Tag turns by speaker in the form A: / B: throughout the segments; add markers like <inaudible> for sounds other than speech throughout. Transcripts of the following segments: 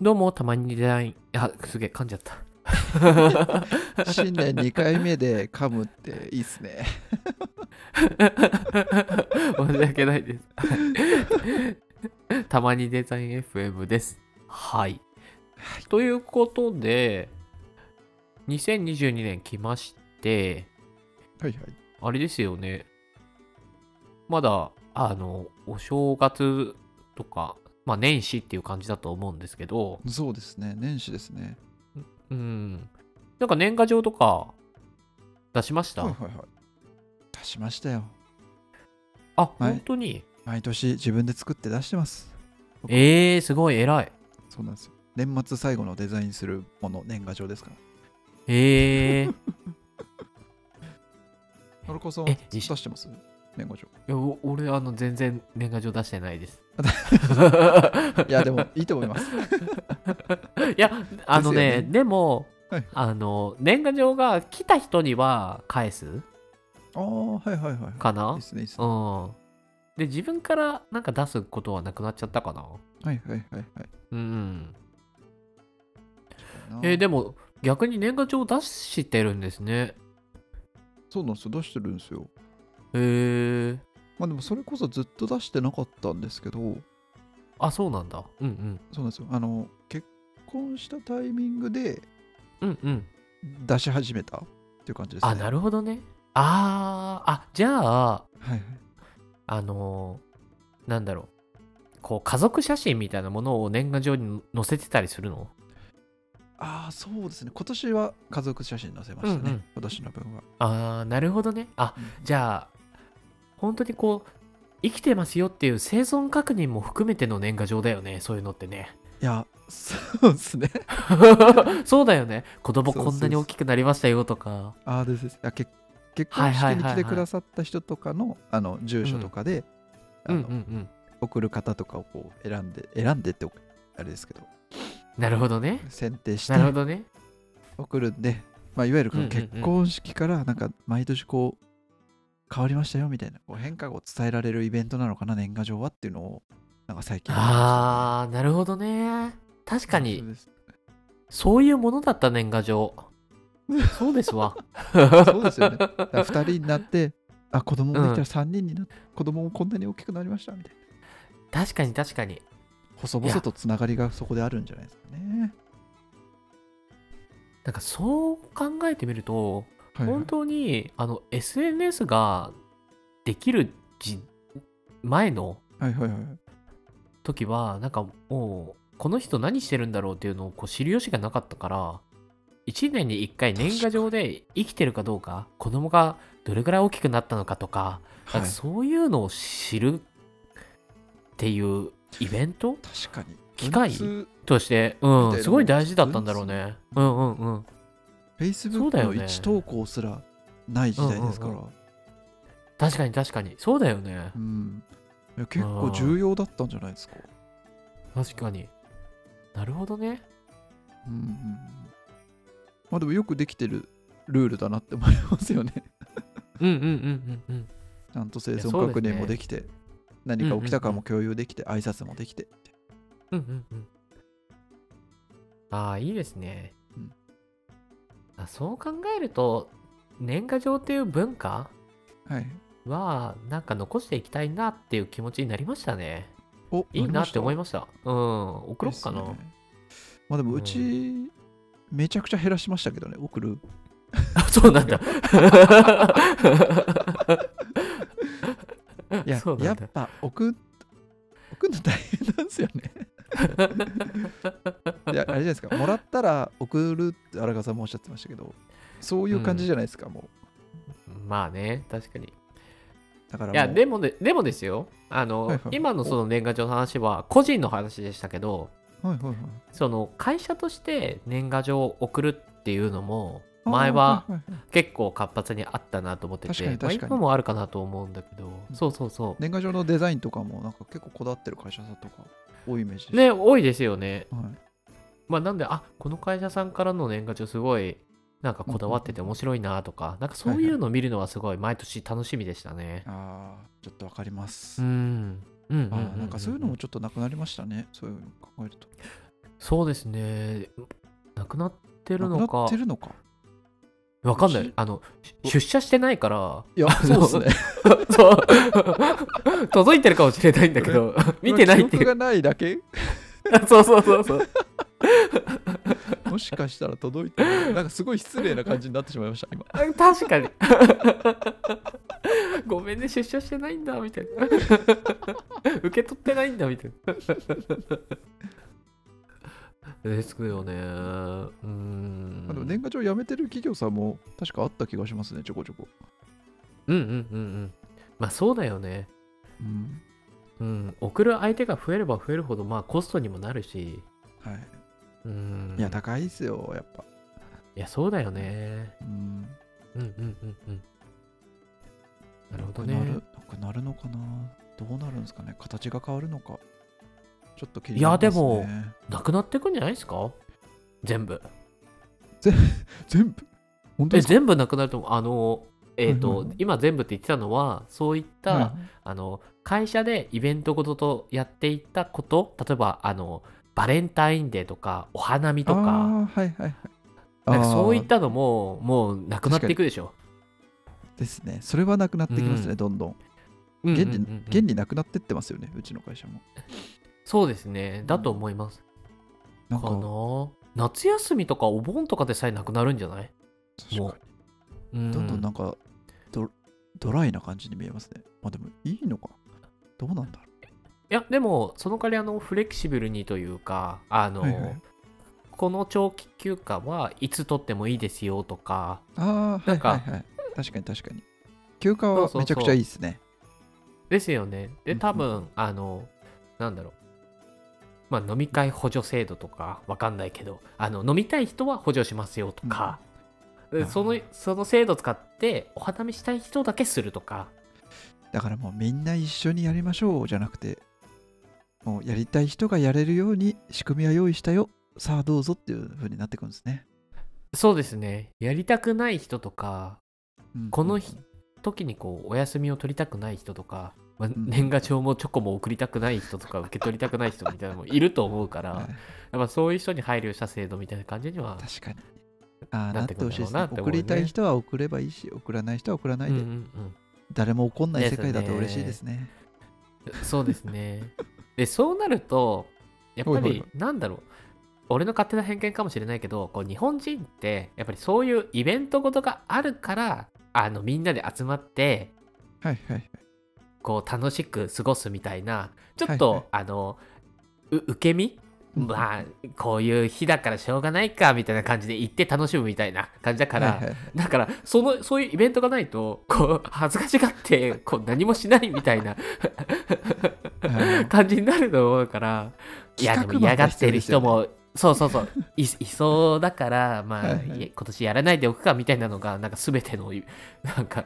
A: どうも、たまにデザイン。あ、すげえ、噛んじゃった。 <laughs>
B: 新年2回目で噛むっていいっすね。
A: 申し訳ないです。 <laughs> たまにデザイン FM です。はい。ということで、2022年来まして、
B: <laughs> はいはい。
A: あれですよね。まだ、あの、お正月とか、まあ年始っていう感じだと思うんですけど、
B: そうですね。年始ですね。
A: うん。なんか年賀状とか出しました、
B: はいはいはい。出しましたよ。
A: あ、
B: はい
A: 本当に
B: 毎年自分で作って出してます。
A: えー、すごい偉い。
B: そうなんですよ。年末最後のデザインするもの、年賀状ですから。
A: えー。
B: のろこさん
A: え
B: は出
A: 自信
B: してます年賀状。
A: いやお俺あの全然年賀状出してないです。
B: いや、でもいいと思います。 <laughs>
A: いやあの
B: です
A: ね
B: よね
A: でも、
B: はい
A: あの年賀状が来た人には返す
B: ああ、はいはいはい。
A: か
B: いい
A: な
B: っ。すね、いいっす
A: う
B: ね。
A: ん。で自分からなんか出すことはなくなっちゃったかな。
B: はいはいはい
A: うん、
B: はい。
A: えー
B: で
A: でも逆に年賀状出してるんですね。
B: そうなんですよ。出してるんですよ。
A: へえー。
B: まあでもそれこそずっと出してなかったんですけど、
A: あそうなんだ。うん
B: そうなんですよ。あの、結婚したタイミングで
A: うんうんうん。
B: 出し始めたっていう感じですね。
A: あな
B: る
A: るほどね。あーあじゃあ
B: はいはい。
A: あのーなんだろう、こう、家族写真みたいなものを年賀状に載せてたりするの
B: ああ、そうですね。今年は家族写真載せましたね。
A: うんうん
B: 今年の分は。
A: ああ、なるほどね。あ
B: うん
A: じゃあ、本当にこう、生きてますよっていう生存確認も含めての年賀状だよね、そういうのってね。 <laughs>
B: いや、そうですね。 <laughs>
A: そうだよね。子供
B: そう
A: こんなに大きくなりましたよとか。
B: ああ、ですです。いや結結
A: はい
B: 婚
A: はい
B: 式
A: はい
B: に
A: はい
B: 来てくださった人とかの,、あの住所とかで、
A: うんう
B: あの
A: ん
B: 送る方とかをこう選んで、選んでってあれですけど、
A: うん。なるほどね。
B: 選定して
A: なるほどね。
B: 送るんで、まあ、いわゆるこ
A: う
B: の
A: んうんうん
B: 結婚式からなんか毎年こう変わりましたよみたいなこう変化を伝えられるイベントなのかな年賀状はっていうのをなんか最近
A: ああ、なるほどね。確
B: あ
A: かに、そういうものだった年賀
B: <laughs>
A: 状。そうですわ。
B: そうですよねだから二人に
A: <laughs>
B: なってあ子供もできたら三人になって、子供もこんなに大きくなりましたみたいな
A: 確かに確かに。
B: 細々とつながりがそこであるんじゃないですかね、
A: なんかそう考えてみると、
B: はいはい
A: 本当にあの SNS ができる時前の
B: はいはいはい
A: 時はなんかもうこの人何してるんだろうっていうのをこう知る由がなかったから1年に1回年賀状で生きてるかどうか子供がどれぐらい大きくなったのかとか,、
B: は
A: な
B: い
A: んかそういうのを知るっていうイベント
B: 確かに
A: 機械
B: フ
A: として、う
B: みたいなもん
A: ん、すごい大事だったんだろうね。うんうんうん。
B: ェイスブ
A: そう
B: ック
A: だよ
B: の
A: ね
B: 一投稿すらない時代ですから、
A: うん
B: うん
A: 確かに確かに。そうだよね。
B: いや結構重要だったんじゃないですか
A: 確かに。なるほどね。
B: うんうんうんまあでもよくできてるルールだなって思いますよね。
A: うんうんうんうんうん。
B: ちゃんと生
A: いや
B: 存
A: そうです
B: 確
A: ね
B: 認もできて、何か起きたかも共有できて、挨拶もできて。
A: うんうんうん。ああ、いいですね。
B: うん
A: あそう考えると、年賀状っていう文化
B: はい。
A: は、なんか残していきたいなっていう気持ちになりましたね。
B: お
A: いいなって思い
B: ま
A: ました。うん、送ろっかな。
B: ですねまあでもうち、
A: う
B: めちゃくちゃ減らしましたけどね、送る。
A: あ <laughs> そうなん
B: <laughs>
A: だ。
B: いや
A: そう、な
B: や
A: んだ
B: っぱ送っ送るの大変なんですよ
A: <laughs>
B: ね。いや、あれじゃないですか、もらったら送るって荒川さんもおっしゃってましたけど、そういう感じじゃないですか、もう。
A: まあね、確かに。
B: だから
A: いや
B: もう
A: でもででもですよあの、
B: はいはい
A: 今のその年賀状の話は個人の話でしたけど
B: はいはいはい
A: その会社として年賀状を送るっていうのも前は
B: あーいいい
A: 結構活発にあったなと思ってて
B: 確かに確かに
A: まあ、今もあるかなと思うんだけど、
B: うん
A: そうそうそう
B: 年賀状のデザインとかもなんか結構こだわってる会社さんとか多いイメージです、
A: ね多いですよね
B: はい、
A: まあなんであこの会社さんからの年賀状すごいなんかこだわってて面白いなとか、なんかそういうのを見るのはすごい毎年楽しみでしたね、
B: あーちょっとわかります、
A: うんうんうん
B: あーなんかそういうのもちょっとなくなりましたねそういうの考えると
A: そうですね。亡くなってるの
B: なくな
A: か
B: って。るのか
A: わかんな
B: う
A: い
B: ち。
A: あの、し出社してないから、
B: いや <laughs> そうですね
A: <laughs> そう。届いてるかもしれないんだけど、見てないって
B: 記
A: いう。
B: 憶がないだけ <laughs>
A: そうそうそうそう。
B: もしかしたら届いてるなんかすごい失礼な感じになってしまいました
A: <laughs>
B: 今
A: 確かに。 <laughs> ごめんね、出社してないんだ、みたいな。 <laughs> 受け取ってないんだ、みたい <laughs> な。ですよね。うー
B: あの
A: ん。
B: 年賀状やめてる企業さんも確かあった気がしますねちょこちょこ、
A: うんうんうんうん。まあそうだよね。
B: うん
A: うん。送る相手が増えれば増えるほど、まあコストにもなるし。
B: はい、
A: うん。
B: いや高いですよやっぱ、
A: いやそうだよね。
B: うん、
A: うんうんうんうん。なるほど
B: なくな
A: ね
B: る。なくなるのかなどうなるんですかね形が変わるのかちょっと気
A: い
B: に
A: や
B: なります、ね、
A: でもなくなってくんじゃないですか全部。
B: 全部本当
A: え、
B: ですか
A: 全部なくなると思う。あの、えっ、と、
B: はいはいはい
A: 今全部って言ってたのは、そういった、
B: はい
A: あの、会社でイベントごととやっていたこと、例えば、あの、バレンタインデーとか、お花見とか、
B: あーはいはいはい
A: なんかそうい
B: あ
A: っ
B: ー
A: たのも、もうなくなっていくでしょ。
B: ですねそれはなくなってきますね、
A: うん
B: どんどん
A: うんうんう
B: 原
A: ん
B: 理,、
A: うん
B: 原理なくなってってますよねうちの会社も
A: そうですね。だと思います。
B: なん
A: か
B: か
A: な夏休みとかお盆とかでさえなくなるんじゃない
B: 確か
A: う
B: に
A: ん
B: どんどんなんかドドライな感じに見えますねまあでもいいのかどうなんだろ
A: いやでもその代わりあのフレキシブルにというかあの、
B: はいはい
A: この長期休暇はいつ取ってもいいですよとか
B: うああ
A: な
B: は
A: ん
B: い
A: か
B: はいはい確かに確かに休暇
A: そう
B: は
A: そうそう
B: めちゃくちゃいいですね
A: ですよね
B: う
A: で
B: ん
A: 多分あのなんだろうまあ飲み会補助制度とかわかんないけどあの飲みたい人は補助しますよとか、
B: うん
A: でそのその制度使ってお花見したい人だけするとか
B: だからもうみんな一緒にやりましょうじゃなくてもうやりたい人がやれるように仕組みは用意したよさあどうぞっていう風になってくるんですね、
A: そうですねやりたくない人とか
B: うん
A: この
B: うん
A: 日時にこうお休みを取りたくない人とか、まあ
B: ん
A: 年賀状もチョコも送りたくない人と
B: <laughs>
A: か受け取りたくない人みたいなのもいると思うから、
B: はい
A: やっぱそういう人に配慮した制度みたいな感じには、
B: 確かにああ
A: な
B: な
A: っ
B: ってて
A: く
B: ほ
A: ん
B: し
A: だろ
B: いで
A: う
B: す
A: な
B: ね
A: って思う
B: 送
A: ね
B: りたい人は送ればいいし送らない人は送らな
A: う
B: い
A: んう
B: で、
A: ん
B: 誰も怒んない
A: です
B: 世界だと
A: ね
B: 嬉しいですね
A: うん、そうですねでそうなるとやっぱ
B: はいはい
A: り
B: は
A: なんだろう俺の勝手な偏見かもしれないけどこう日本人ってやっぱりそういうイベントごとがあるからあのみんなで集まって
B: はいはいはい
A: こう楽しく過ごすみたいなちょっと、
B: はいはい
A: あのう受け身まあこういう日だからしょうがないかみたいな感じで行って楽しむみたいな感じだから、 <laughs>
B: はいはい
A: だからそのそういうイベントがないとこう <laughs> 恥ずかしがってこう何もしないみたいな
B: はいはい
A: 感じになると思うからいやでも
B: 企画マ
A: 嫌が
B: ンが
A: っ
B: 必要
A: てる
B: ですよ
A: 人
B: ね
A: も、そうそうそうい <laughs> いそうだからまあ、
B: はいはい
A: い今年やらないでおくかみたいなのがなんか全てのい <laughs> なんか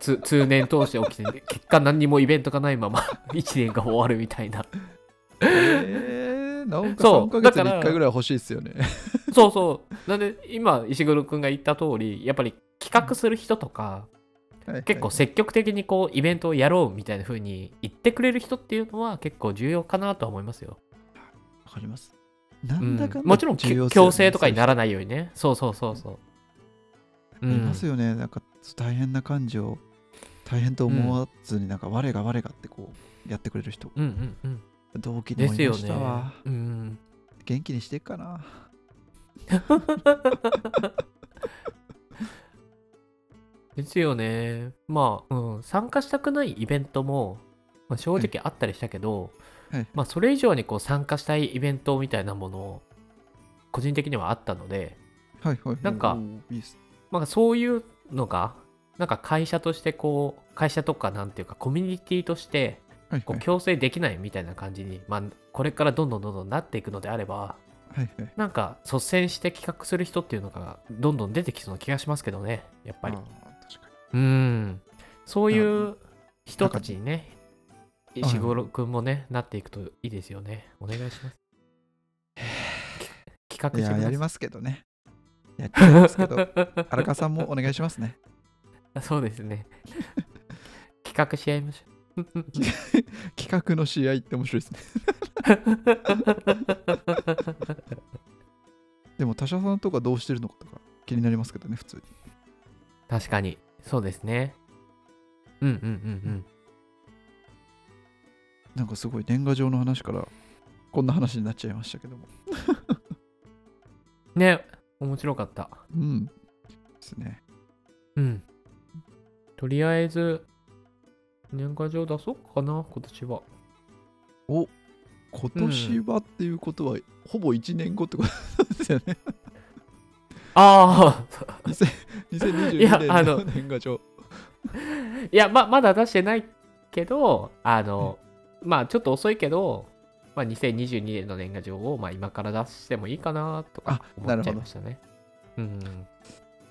A: つ通年通して起きて結果何にもイベントがないまま1年が終わるみたいな
B: えーなんか
A: そう
B: 3ヶ月
A: だ
B: に
A: から
B: 1回ぐらい欲しいですよね
A: そうそうなんで今石黒くんが言った通りやっぱり企画する人とか
B: はいはい
A: 結構積極的にこうイベントをやろうみたいな風に言ってくれる人っていうのは結構重要かなとは思いますよ。
B: わかりますな
A: うんん
B: だかんだ
A: もちろん
B: 重要っすよね
A: 強制とかにならないようにね。そうそうそうそう。
B: います
A: よ。
B: よね、なんか大変な感じを大変と思わずになんか我が我がってこうやってくれる人、
A: うんうんうん。
B: 同期に
A: で
B: も
A: す
B: い
A: よ
B: まし
A: ね
B: たわ、。
A: うん。
B: 元気にしてっかな
A: ですよね。まあ、うん、参加したくないイベントも、まあ、正直あったりしたけど、
B: はい
A: まあそれ以上にこう参加したいイベントみたいなものを個人的にはあったので、
B: はいはいはい
A: なんか
B: おーいいっす
A: まあ、そういうのがなんか会社としてこう会社とかなんていうかコミュニティとして
B: はい
A: こ
B: は
A: う
B: い
A: 強制できないみたいな感じに、まあ、これからどんどんどんどんなっていくのであれば
B: はいはい
A: なんか率先して企画する人っていうのがどんどん出てきそうな気がしますけどねやっぱり
B: あー確かに
A: うんそうい
B: なる
A: う人たちにね
B: か
A: 石黒くんもねなっていくといいですよねお願いし
B: <sighs>
A: ますき企
B: い
A: 画して
B: や、や
A: く
B: り
A: だ
B: ますけどね。やっちゃいますけど、
A: さ
B: <laughs> 荒川さんもお願いしますね。
A: い <laughs> そうですね企画し合いましょう <laughs>
B: 企画の試合って面白いですね。でも他社さんとかどうしてるのかとか気になりますけどね普通に
A: 確かに。そうですね。うんうんうん
B: なんかすごい年賀状の話からこんな話になっちゃいましたけども
A: うん。ね、面白かった。
B: うんですね
A: うん。とりあえず、年賀状出そうかな、今年は。
B: 今年はっていうことは、ほぼ1年後ってことなんですよね
A: ああ、いや
B: 2022年
A: あ
B: の
A: の
B: 年賀状
A: いや、ま、まだ出してないけど、あの、まあ、ちょっと遅いけど、まあ、2022年の年賀状を、まあ、今から出してもいいかな、とか
B: あ
A: 思
B: な
A: っ
B: る
A: ちゃ
B: ほ
A: い
B: ど
A: ましたね。うん、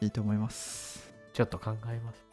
B: いいと思います
A: ちょっと考えます。